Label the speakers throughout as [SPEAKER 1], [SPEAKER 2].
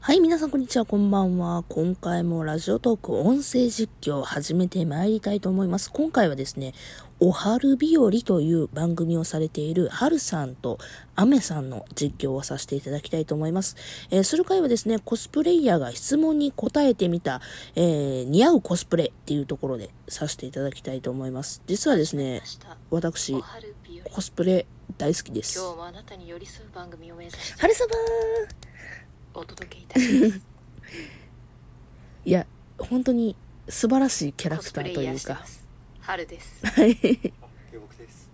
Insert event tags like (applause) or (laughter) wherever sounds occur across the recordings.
[SPEAKER 1] はい、皆さんこんにちは、こんばんは。今回もラジオトーク音声実況を始めてまいりたいと思います。今回はですね、おはる日和という番組をされているはるさんとあめさんの実況をさせていただきたいと思います。えーする回はですね、コスプレイヤーが質問に答えてみた、えー似合うコスプレっていうところでさせていただきたいと思います。実はですね、私
[SPEAKER 2] お、はる日和
[SPEAKER 1] コスプレ大好きです。
[SPEAKER 2] 今日もあなたに寄り添う番組を目指して
[SPEAKER 1] はるさまー
[SPEAKER 2] お届けいたします
[SPEAKER 1] いや、本当に素晴らしいキャラ
[SPEAKER 2] コ
[SPEAKER 1] ク
[SPEAKER 2] ス
[SPEAKER 1] タ
[SPEAKER 2] プレ
[SPEAKER 1] ー
[SPEAKER 2] イ
[SPEAKER 1] と
[SPEAKER 2] ヤ
[SPEAKER 1] い
[SPEAKER 2] ー
[SPEAKER 1] う
[SPEAKER 2] して
[SPEAKER 1] か
[SPEAKER 2] ま。すはるです
[SPEAKER 1] はい。
[SPEAKER 3] 下僕です。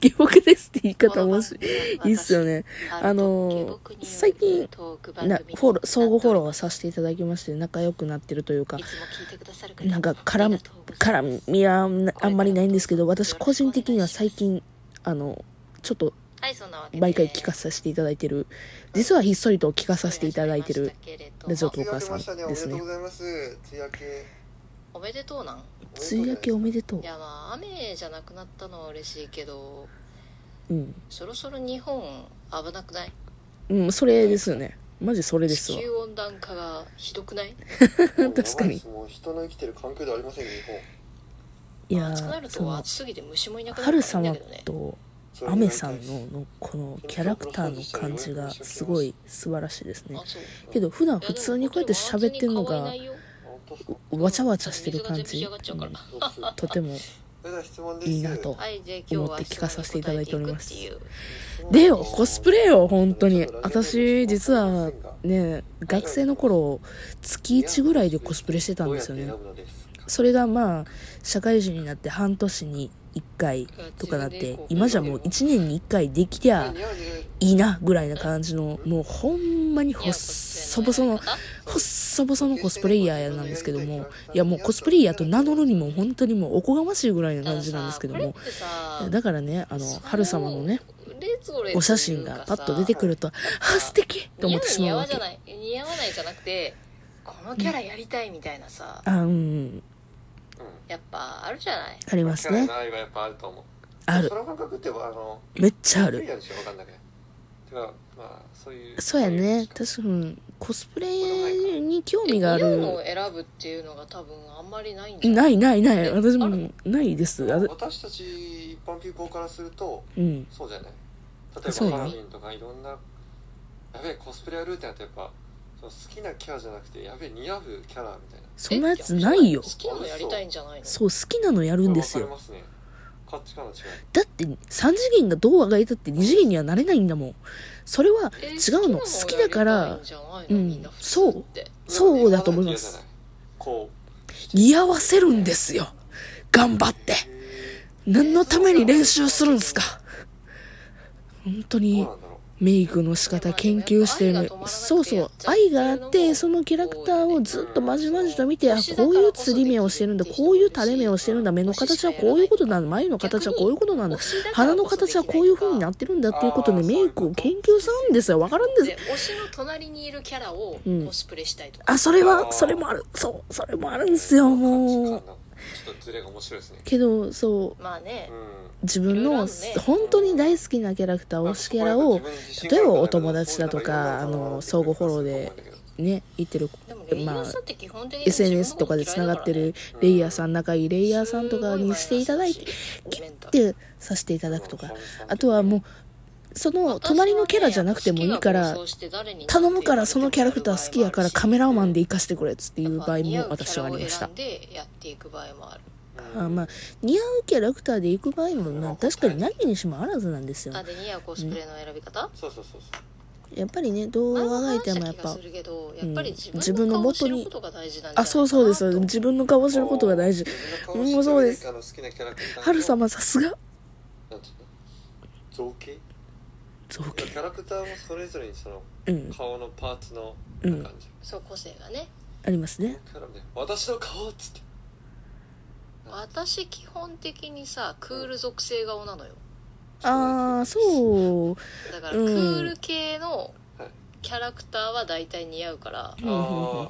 [SPEAKER 1] 下僕ですって言い方面白い。
[SPEAKER 2] い
[SPEAKER 1] いいっすよね。あのー最近な、フォロー、相互フォローをさせていただきまして、仲良くなってるというか
[SPEAKER 2] い、つも聞いてくださる方
[SPEAKER 1] なんか
[SPEAKER 2] あ
[SPEAKER 1] 絡
[SPEAKER 2] り
[SPEAKER 1] む
[SPEAKER 2] がとうございます
[SPEAKER 1] 絡みはあんまりないんですけど、私個人的には最近、あの、ちょっと
[SPEAKER 2] はいそんなわけで
[SPEAKER 1] 毎回聞かさせていただいてる、実はひっそりと聞かさせていただいてる、ラジオトー
[SPEAKER 3] 梅
[SPEAKER 1] クは
[SPEAKER 3] 雨明け
[SPEAKER 1] さ
[SPEAKER 3] ま
[SPEAKER 1] ん
[SPEAKER 3] したね。お
[SPEAKER 1] で
[SPEAKER 3] め
[SPEAKER 1] す
[SPEAKER 3] でとう
[SPEAKER 1] ね
[SPEAKER 3] ご。ざいます。梅雨明け。
[SPEAKER 2] おめでとうなん
[SPEAKER 1] 梅雨明けおめでとう
[SPEAKER 2] い。やまあ雨じゃなくなったのは嬉しいけど
[SPEAKER 1] うん。
[SPEAKER 2] そろそろ日本危なくない
[SPEAKER 1] うん、それですよね。マジそれです
[SPEAKER 2] 地
[SPEAKER 1] わ。
[SPEAKER 2] 球温暖化がひどくない
[SPEAKER 1] (laughs)
[SPEAKER 3] 確
[SPEAKER 1] 確かに
[SPEAKER 3] もう人の生きてる環境ではありません、日本。
[SPEAKER 1] いや
[SPEAKER 2] 暑くなる
[SPEAKER 1] ー、そ
[SPEAKER 2] と
[SPEAKER 1] の
[SPEAKER 2] 暑、すぎて虫もいなくな
[SPEAKER 1] 春
[SPEAKER 2] るからいい
[SPEAKER 1] 様
[SPEAKER 2] んだけどね
[SPEAKER 1] と、
[SPEAKER 3] それ
[SPEAKER 1] ア
[SPEAKER 3] にな
[SPEAKER 1] メ
[SPEAKER 3] り
[SPEAKER 1] さ
[SPEAKER 3] たい
[SPEAKER 1] ん
[SPEAKER 3] です
[SPEAKER 1] ののこのキャラクターの感じがすごい素晴らしいですね
[SPEAKER 2] あそう
[SPEAKER 1] けど普段
[SPEAKER 2] いや
[SPEAKER 1] 普通にこうやって喋ってるのが
[SPEAKER 3] 本当っすか
[SPEAKER 1] わちゃわちゃしてる感じ、
[SPEAKER 2] 水が全部干上がっちゃうから
[SPEAKER 1] うん
[SPEAKER 3] どうす
[SPEAKER 1] と
[SPEAKER 3] る
[SPEAKER 1] ても
[SPEAKER 3] それでは質問です。
[SPEAKER 1] いいなと
[SPEAKER 2] はいじゃあ今日は
[SPEAKER 1] 聞かさせていただいております
[SPEAKER 2] 質問に答えていくっていう
[SPEAKER 1] でよコスプレよ本当に
[SPEAKER 3] ちょっとラジオ
[SPEAKER 1] 私実はね学生の頃月1ぐらいでコスプレしてたんですよね
[SPEAKER 3] どうやって選ぶのですか
[SPEAKER 1] それがまあ社会人になって半年に1回とかなって今じゃもう1年に1回できりゃ
[SPEAKER 3] 似合う似合う
[SPEAKER 1] いいなぐらいな感じのもうほんまに
[SPEAKER 2] いや
[SPEAKER 1] 細々の
[SPEAKER 2] コスプレのやり方
[SPEAKER 1] 細々のコスプレイヤーなんですけども、いやもうコスプレイヤーと名乗るにも本当にもうおこがましいぐらいな感じなんですけども
[SPEAKER 2] だ、からさこれってさ
[SPEAKER 1] だからね、あの、春様のね、お写真がパッと出てくると、あ、素敵と思ってしまうわけ
[SPEAKER 2] 似合。う似合わじゃない似合わないじゃなくてこのキャラやりたいみたいなさ、
[SPEAKER 1] あ、うんうん、
[SPEAKER 3] うん
[SPEAKER 2] やっぱあるじゃない
[SPEAKER 1] ありますね
[SPEAKER 3] 力。ないはやっぱあると思う。
[SPEAKER 1] ある
[SPEAKER 3] そ。の感覚ってあの
[SPEAKER 1] めっちゃあ
[SPEAKER 3] プレイ
[SPEAKER 1] る。
[SPEAKER 3] ヤーでしょわかんなくね。てかまあそういう。
[SPEAKER 1] そうやね。確かに、コスプレに興味があ
[SPEAKER 2] 似合うのを
[SPEAKER 1] る。
[SPEAKER 2] 選ぶっていうのが多分あんまりないんじゃない
[SPEAKER 1] ないないない。
[SPEAKER 2] え
[SPEAKER 1] 私
[SPEAKER 2] あ
[SPEAKER 1] も
[SPEAKER 2] る、
[SPEAKER 1] ないです。あ
[SPEAKER 3] 私たち一般ピーポーからすると。
[SPEAKER 1] うん。
[SPEAKER 3] そうじゃない例
[SPEAKER 1] そう
[SPEAKER 3] え
[SPEAKER 1] ね
[SPEAKER 3] ばハラミンとかいろんなやべえコスプレやるってなったらやっぱその好きなキャラじゃなくてやべえ似合うキャラみたいな
[SPEAKER 1] そんなやつないよ
[SPEAKER 2] 好。きなのやりたいんじゃないの
[SPEAKER 1] そう、好きなのやるんですよ
[SPEAKER 3] これ。分かりますね価値観の違い
[SPEAKER 1] だって3次元がどうあがいたって2次元にはなれないんだもんそれは
[SPEAKER 2] えー
[SPEAKER 1] 違うの好きだから
[SPEAKER 2] 好きなのやりたいんじゃないの
[SPEAKER 1] うん
[SPEAKER 2] みんな普通って
[SPEAKER 1] そうだと思います
[SPEAKER 3] こ
[SPEAKER 1] 似合わせるんですよ頑張って
[SPEAKER 3] うへ
[SPEAKER 1] 何のために練習するんすか本当
[SPEAKER 3] えどう
[SPEAKER 1] に
[SPEAKER 3] なんだろ
[SPEAKER 1] メイクの仕方研究してるそうそう愛があってそのキャラクターをずっとまじまじと見てあこういう釣り目をしてるんだこういう垂れ目をしてるんだ目の形はこういうことなんだ眉の形はこういうことなんだ鼻の形はこういう風になってるんだっていうことでメイクを研究するんですよわかるんです
[SPEAKER 2] で推しの隣にいるキャラを
[SPEAKER 1] うん
[SPEAKER 2] コスプレしたいとか、
[SPEAKER 1] あ、それ
[SPEAKER 3] あ
[SPEAKER 1] は、
[SPEAKER 3] ー
[SPEAKER 1] それもある。そう、それもあるん
[SPEAKER 3] う
[SPEAKER 1] すよ、
[SPEAKER 3] 価
[SPEAKER 1] も
[SPEAKER 3] 値
[SPEAKER 1] う。
[SPEAKER 3] 観のちょっとズレが面白いですね
[SPEAKER 1] けど、そう、
[SPEAKER 2] まあね
[SPEAKER 3] う
[SPEAKER 1] 自分
[SPEAKER 2] いろいろあ
[SPEAKER 1] の、
[SPEAKER 2] るね
[SPEAKER 1] 本当に大好きなキャラクター、
[SPEAKER 3] ん
[SPEAKER 1] 推しキャラを、例えばお友達だとかあの相互フォローでね、言ってる
[SPEAKER 2] でもレ、イヤ
[SPEAKER 1] ま
[SPEAKER 2] ー
[SPEAKER 1] あ
[SPEAKER 2] さ、んって基本的に
[SPEAKER 1] SNS とかで繋がってるレイヤーさん、仲いいレ
[SPEAKER 2] レ
[SPEAKER 1] イヤーさんとかにしていただいて、
[SPEAKER 2] ギュ
[SPEAKER 1] っ、てさせていただくとか。あとはもう、その、隣のキャラじゃなくてもいいから、頼むからそのキャラクター好きやからカメラマンで活かしてくれっつっていう場合も私はありました
[SPEAKER 2] やっぱ似合うキャラを選ん。でやっていく場合もある
[SPEAKER 1] あまあ、似合うキャラクターで行く場合も、まあ、確かに何にしもあらずなんですよ
[SPEAKER 2] あ。で似合うコスプレの選び方、
[SPEAKER 3] そうそうそうそう
[SPEAKER 1] やっぱりね、どうあがいてもやっぱ、
[SPEAKER 2] やっぱり
[SPEAKER 1] 自
[SPEAKER 2] 自
[SPEAKER 1] 分
[SPEAKER 2] 分
[SPEAKER 1] の
[SPEAKER 2] の
[SPEAKER 1] 元に
[SPEAKER 2] 元に
[SPEAKER 1] あ、そうそうです。自分の顔を知ることが大事。うんもうそうです
[SPEAKER 3] あの好きなキャラクターの
[SPEAKER 1] 春様さすが
[SPEAKER 3] なんていうの造形
[SPEAKER 1] 造
[SPEAKER 3] キ
[SPEAKER 1] 形。
[SPEAKER 3] ャラクターもそれぞれにその
[SPEAKER 1] うん、
[SPEAKER 3] 顔のパーツの
[SPEAKER 1] う
[SPEAKER 3] なんんかあるじ
[SPEAKER 2] そう個性がね
[SPEAKER 1] あります
[SPEAKER 3] ゃん
[SPEAKER 1] ね。
[SPEAKER 3] キャラみたいな私の顔っつって
[SPEAKER 2] 私基本的にさクール属性顔なのよ
[SPEAKER 1] あー、そう。
[SPEAKER 2] だからク
[SPEAKER 1] うん
[SPEAKER 2] ール系の
[SPEAKER 3] はい
[SPEAKER 2] キャラクターは大体似合うから
[SPEAKER 1] うんうんうん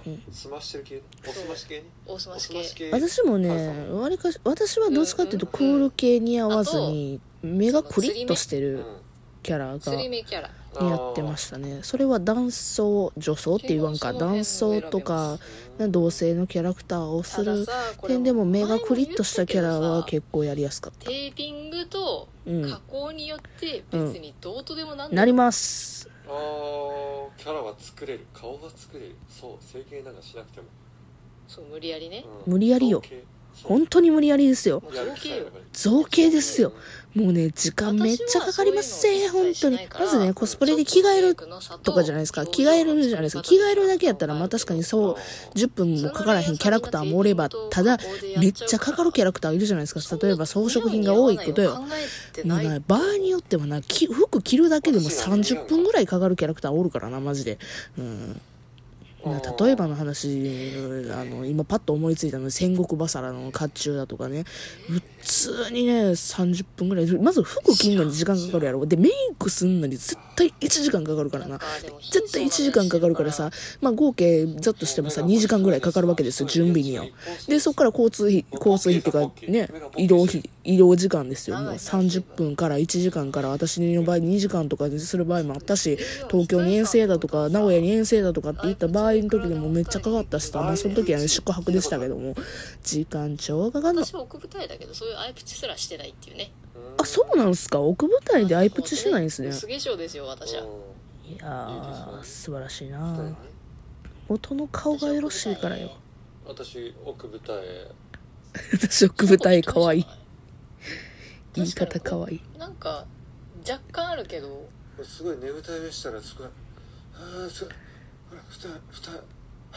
[SPEAKER 1] うん
[SPEAKER 3] スマッシュ系おスマッシュ系ね
[SPEAKER 2] 大スマ
[SPEAKER 3] お
[SPEAKER 2] シ
[SPEAKER 3] ス
[SPEAKER 2] 系
[SPEAKER 3] マッシュ系
[SPEAKER 1] 私もね
[SPEAKER 3] 春様、
[SPEAKER 1] わりかし、私はどっちかっていうとクール系似合わずに、目がクリッとして
[SPEAKER 3] うん
[SPEAKER 1] るキャラが
[SPEAKER 2] 釣り目キャラ
[SPEAKER 1] やってましたねそれは男装女装って言わんか
[SPEAKER 2] 基本
[SPEAKER 1] 男
[SPEAKER 2] その
[SPEAKER 1] 装
[SPEAKER 2] 辺を
[SPEAKER 1] とか
[SPEAKER 3] うん
[SPEAKER 1] 同性のキャラクターをす
[SPEAKER 2] ただ
[SPEAKER 1] る
[SPEAKER 2] さこれ
[SPEAKER 1] 点でも目がクリッとしたキャラは
[SPEAKER 2] 前も言ったけどさ
[SPEAKER 1] 結構やりやすかった
[SPEAKER 2] テーピングと
[SPEAKER 1] うん
[SPEAKER 2] 加工によって別にどうとでもなん
[SPEAKER 1] なり
[SPEAKER 2] す
[SPEAKER 1] ます
[SPEAKER 3] あーキャラは作れる顔が作れるそう整形なんかしなくても、
[SPEAKER 2] そう無理やりね
[SPEAKER 3] うん
[SPEAKER 1] 無理やりよ
[SPEAKER 3] 造形そう
[SPEAKER 1] 本当に無理やりですよ
[SPEAKER 2] もう
[SPEAKER 3] や
[SPEAKER 2] 造
[SPEAKER 3] る
[SPEAKER 2] 形
[SPEAKER 3] 気さえあ
[SPEAKER 2] よ
[SPEAKER 3] ればいい
[SPEAKER 1] 造形ですよもうね時間めっちゃかかります
[SPEAKER 2] 私
[SPEAKER 1] ぜ
[SPEAKER 2] はそういうの
[SPEAKER 1] 本
[SPEAKER 2] 一切
[SPEAKER 1] 当に
[SPEAKER 2] しないから
[SPEAKER 1] まずねコスプレで着替えるとかじゃないですか着替えるじゃないですか着替えるだけやったらまあ確かにそう10分もかからへんキャラクターもおればただめっちゃかかるキャラクターいるじゃないですか例えば装飾品が多いことよ
[SPEAKER 2] 考えて
[SPEAKER 1] もう
[SPEAKER 2] ない
[SPEAKER 1] ね場合によってはなき服着るだけでも30分ぐらいかかるキャラクターおるからなマジで、うん、な例えばの話あの今パッと思いついたのは戦国バサラの甲冑だとかね普通にね30分ぐらいまず服着んのに時間かかるやろでメイクすんのに絶対1時間かかるから
[SPEAKER 2] な
[SPEAKER 1] なん
[SPEAKER 2] かでも
[SPEAKER 1] 絶対1時間かかるからさ、まあ、合計ざっとしてもさ2時間ぐらいかかるわけですよ準備によでそこから交通費交通費っていうかね移動費移動時間ですよもう30分から1時間から私の場合2時間とかにする場合もあったし東京に遠征だとか名古屋に遠征だとかって言った場合の時でもめっちゃかかったしさ、まあ、その時はね宿泊でしたけども時間超かかんの
[SPEAKER 2] 私は奥舞台だけどそういうアイプチすらしてないっていうね
[SPEAKER 1] あそうなんすか奥舞台でアイプチしてないんですね
[SPEAKER 2] 薄化粧ですよ私は
[SPEAKER 1] いやー素晴らしいな
[SPEAKER 3] あ
[SPEAKER 1] 元の顔がよろしいからよ
[SPEAKER 3] 私奥舞台
[SPEAKER 1] 私奥舞台可愛い言い
[SPEAKER 2] 確かに
[SPEAKER 1] 方可愛い
[SPEAKER 2] なんか若干あるけど
[SPEAKER 3] すごい眠たい目したらすごいああすごいほら二重二重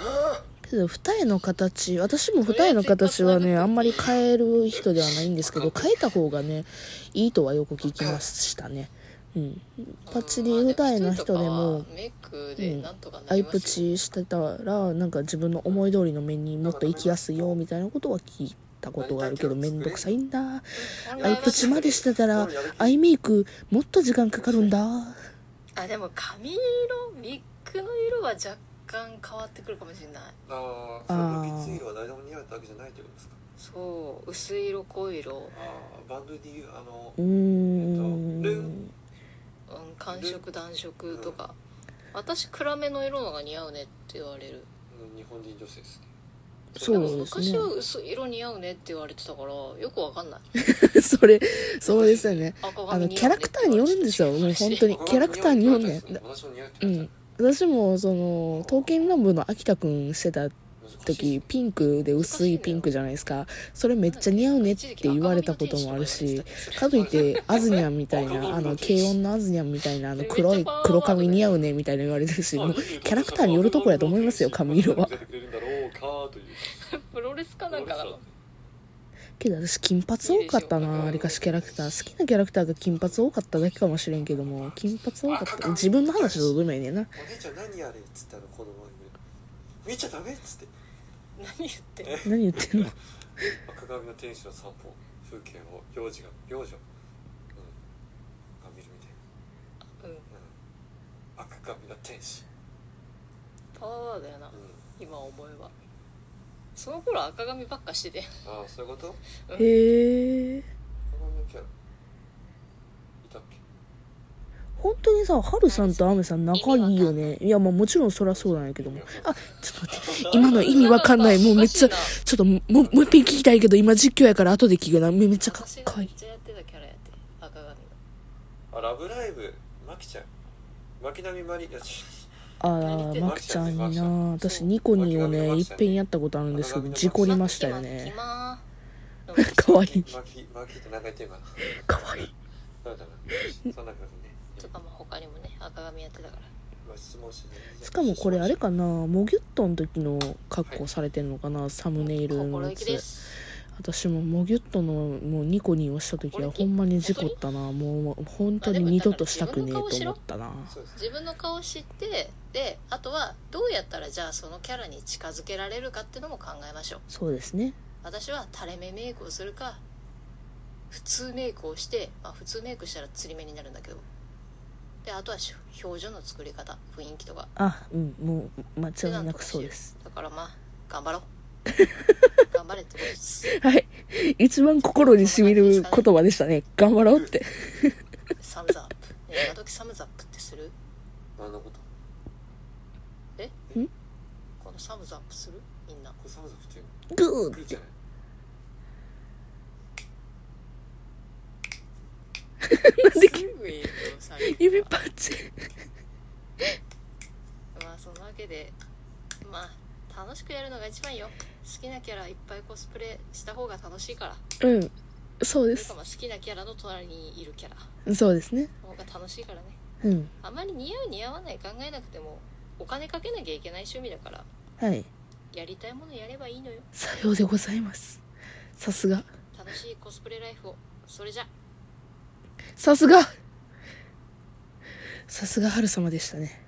[SPEAKER 3] あ
[SPEAKER 1] けど二重の形私も二重の形はねあんまり変える人ではないんですけど変えた方がねいいとはよく聞きましたねうんパッチリ二重の人でも
[SPEAKER 2] メイクでなんとかな
[SPEAKER 1] ア
[SPEAKER 2] り
[SPEAKER 1] イ
[SPEAKER 2] ますよ
[SPEAKER 1] プチしてたらなんか自分の思い通りの面にもっと行きやすいよみたいなことは聞いたことがあるけどめんどくさいんだアイプチまでしてたらアイメイクもっと時間かかるんだ
[SPEAKER 2] あでも髪色ミックの色は若干変わってくるかもしれない
[SPEAKER 3] ああそのルキツイ色は誰でも似合うってわけじゃないってことですか
[SPEAKER 2] そう薄い色濃い色、
[SPEAKER 3] ああバンドでいうあの
[SPEAKER 1] うーん
[SPEAKER 2] うん、寒色暖色とか、私暗めの色のが似合うねって言われる
[SPEAKER 3] 日本人女性ですね
[SPEAKER 1] そうですね
[SPEAKER 2] 昔は薄い色似合うねって言われてたからよくわかんな
[SPEAKER 1] (laughs)
[SPEAKER 2] い
[SPEAKER 1] それそうですよね
[SPEAKER 2] 赤
[SPEAKER 1] あ
[SPEAKER 2] 髪
[SPEAKER 1] の
[SPEAKER 2] 似
[SPEAKER 1] キャ
[SPEAKER 2] 合うね
[SPEAKER 1] ラ
[SPEAKER 2] っ
[SPEAKER 1] クターによる
[SPEAKER 2] て言われ
[SPEAKER 1] ん
[SPEAKER 2] てた
[SPEAKER 1] ですよもう本当にキャラクターによるね
[SPEAKER 3] 私も似合うって
[SPEAKER 1] う
[SPEAKER 3] 言われ
[SPEAKER 1] ん私もその刀剣乱舞の秋田くんしてた
[SPEAKER 3] た
[SPEAKER 1] 時ピンクで薄いピンクじゃないですかそれめっちゃ似合うねって言われたこともあるしかといってアズニャンみたいなあの軽音のアズニャンみたいなあの黒い黒髪似合うねみたいな言われてるしもうキャラクターによるとこやと思いますよ髪色は
[SPEAKER 3] 出てくれるんだろうかという
[SPEAKER 2] プロレスかなんかなの
[SPEAKER 1] けど私金髪多かったなありかしキャラクター好きなキャラクターが金髪多かっただけかもしれんけども金髪多かった自分の話とどうでもいいねんな
[SPEAKER 3] お姉ちゃん何やれっつってあの子供に見ちゃダメっつって
[SPEAKER 2] 何言ってんの
[SPEAKER 1] 何言ってんの
[SPEAKER 3] 赤髪の天使の散歩風景を幼児が幼女、うん、が見るみたい
[SPEAKER 2] うん
[SPEAKER 3] な、うん、赤髪の天使、
[SPEAKER 2] パワーワードやな
[SPEAKER 3] うん、
[SPEAKER 2] 今思えばその頃赤髪ばっかしてて
[SPEAKER 3] ああそういうこと
[SPEAKER 1] へえ
[SPEAKER 3] 赤髪のキャラいたっけ
[SPEAKER 1] 本当にさ、ハルさんとアメさん仲いいよね。いや、まあもちろんそりゃそうなんやけども。あ、ちょっと待って。今の意味わかんない。もうめっちゃ、
[SPEAKER 2] 懐かし
[SPEAKER 1] ちょっともう、もう一遍聞きたいけど、今実況やから後で聞くな。めめっちゃか
[SPEAKER 2] 私
[SPEAKER 1] っ
[SPEAKER 2] が
[SPEAKER 1] こ
[SPEAKER 2] め
[SPEAKER 1] い
[SPEAKER 2] っ
[SPEAKER 1] い。
[SPEAKER 2] ちゃやってたキャラやって赤髪の
[SPEAKER 3] あラブライブマキちゃんマキナミマリいやち (laughs)
[SPEAKER 1] あー、マキちゃんいいな私、ニコニーをね、いっぺんやったことあるんですけど、事故りましたよね。
[SPEAKER 2] マキマキマ
[SPEAKER 1] かわいい。
[SPEAKER 3] マキマキって何回言って今
[SPEAKER 1] かわいい。
[SPEAKER 3] そうだなそ
[SPEAKER 2] と
[SPEAKER 3] んな感じね
[SPEAKER 2] かまあ他にもね赤髪やってたから
[SPEAKER 3] 今質問してね
[SPEAKER 1] しかもこれあれかなモギュットの時の格好されてんのかなサムネイルの
[SPEAKER 2] 心
[SPEAKER 1] や
[SPEAKER 2] 意気
[SPEAKER 1] つ。
[SPEAKER 2] です
[SPEAKER 1] 私もモギュットのもうニコニーをした時はほんまに事故ったなもう本当に二度としたくねえと思ったな
[SPEAKER 3] そうです
[SPEAKER 2] 自分の顔を知ってであとはどうやったらじゃあそのキャラに近づけられるかっていうのも考えましょう
[SPEAKER 1] そうですね
[SPEAKER 2] 私は垂れ目メイクをするか普通メイクをして、まあ、普通メイクしたら釣り目になるんだけどであとはし表情の作り方雰囲気とか
[SPEAKER 1] あうんもう間違いなくそうです
[SPEAKER 2] だからまあ頑
[SPEAKER 1] (laughs)
[SPEAKER 2] 張ろう頑張れってことです
[SPEAKER 1] はい一番心にしみる言葉でしたね頑張ろうって
[SPEAKER 2] サムズアップね今時サムズアップってするのサムズアップするみんな
[SPEAKER 3] これサムズ普通に
[SPEAKER 1] グ
[SPEAKER 3] 来
[SPEAKER 1] ー
[SPEAKER 3] るじゃない
[SPEAKER 2] すぐいいよサミ
[SPEAKER 1] (laughs) 指
[SPEAKER 2] は
[SPEAKER 1] パッチン
[SPEAKER 2] まあそんなわけでまあ楽しくやるのが一番よ好きなキャラいっぱいコスプレした方が楽しいから
[SPEAKER 1] うんそうで
[SPEAKER 2] というか
[SPEAKER 1] す
[SPEAKER 2] まあ好きなキャラの隣にいるキャラ
[SPEAKER 1] そうですね
[SPEAKER 2] の方が楽しいからね
[SPEAKER 1] うん
[SPEAKER 2] あまり似合う似合わない考えなくてもお金かけなきゃいけない趣味だから
[SPEAKER 1] はい
[SPEAKER 2] やりたいものやればいいのよ
[SPEAKER 1] さようでございますさすが
[SPEAKER 2] 楽しいコスプレライフをそれじゃ
[SPEAKER 1] さすがさすが春様でしたね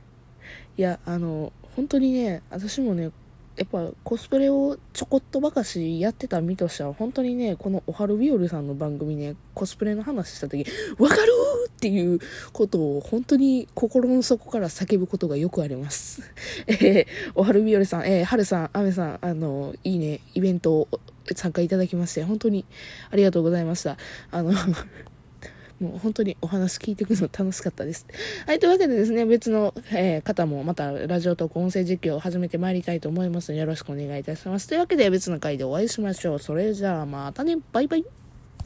[SPEAKER 1] いやあの本当にね私もねやっぱコスプレをちょこっとばかしやってた身としては本当にねこのおはるびよるさんの番組ねコスプレの話した時「わかる!」っていうことを本当に心の底から叫ぶことがよくあります、 (laughs) えーおはるびよりさん、えー、はるさんあめさんあのいいねイベントを参加いただきまして本当にありがとうございましたあのもう本当にお話聞いてくるの楽しかったです。 (laughs) はい、というわけでですね、別の、えー方もまたラジオトーク音声実況を始めてまいりたいと思いますので、よろしくお願いいたします。というわけで別の回でお会いしましょう。それじゃあまたね、バイバイ。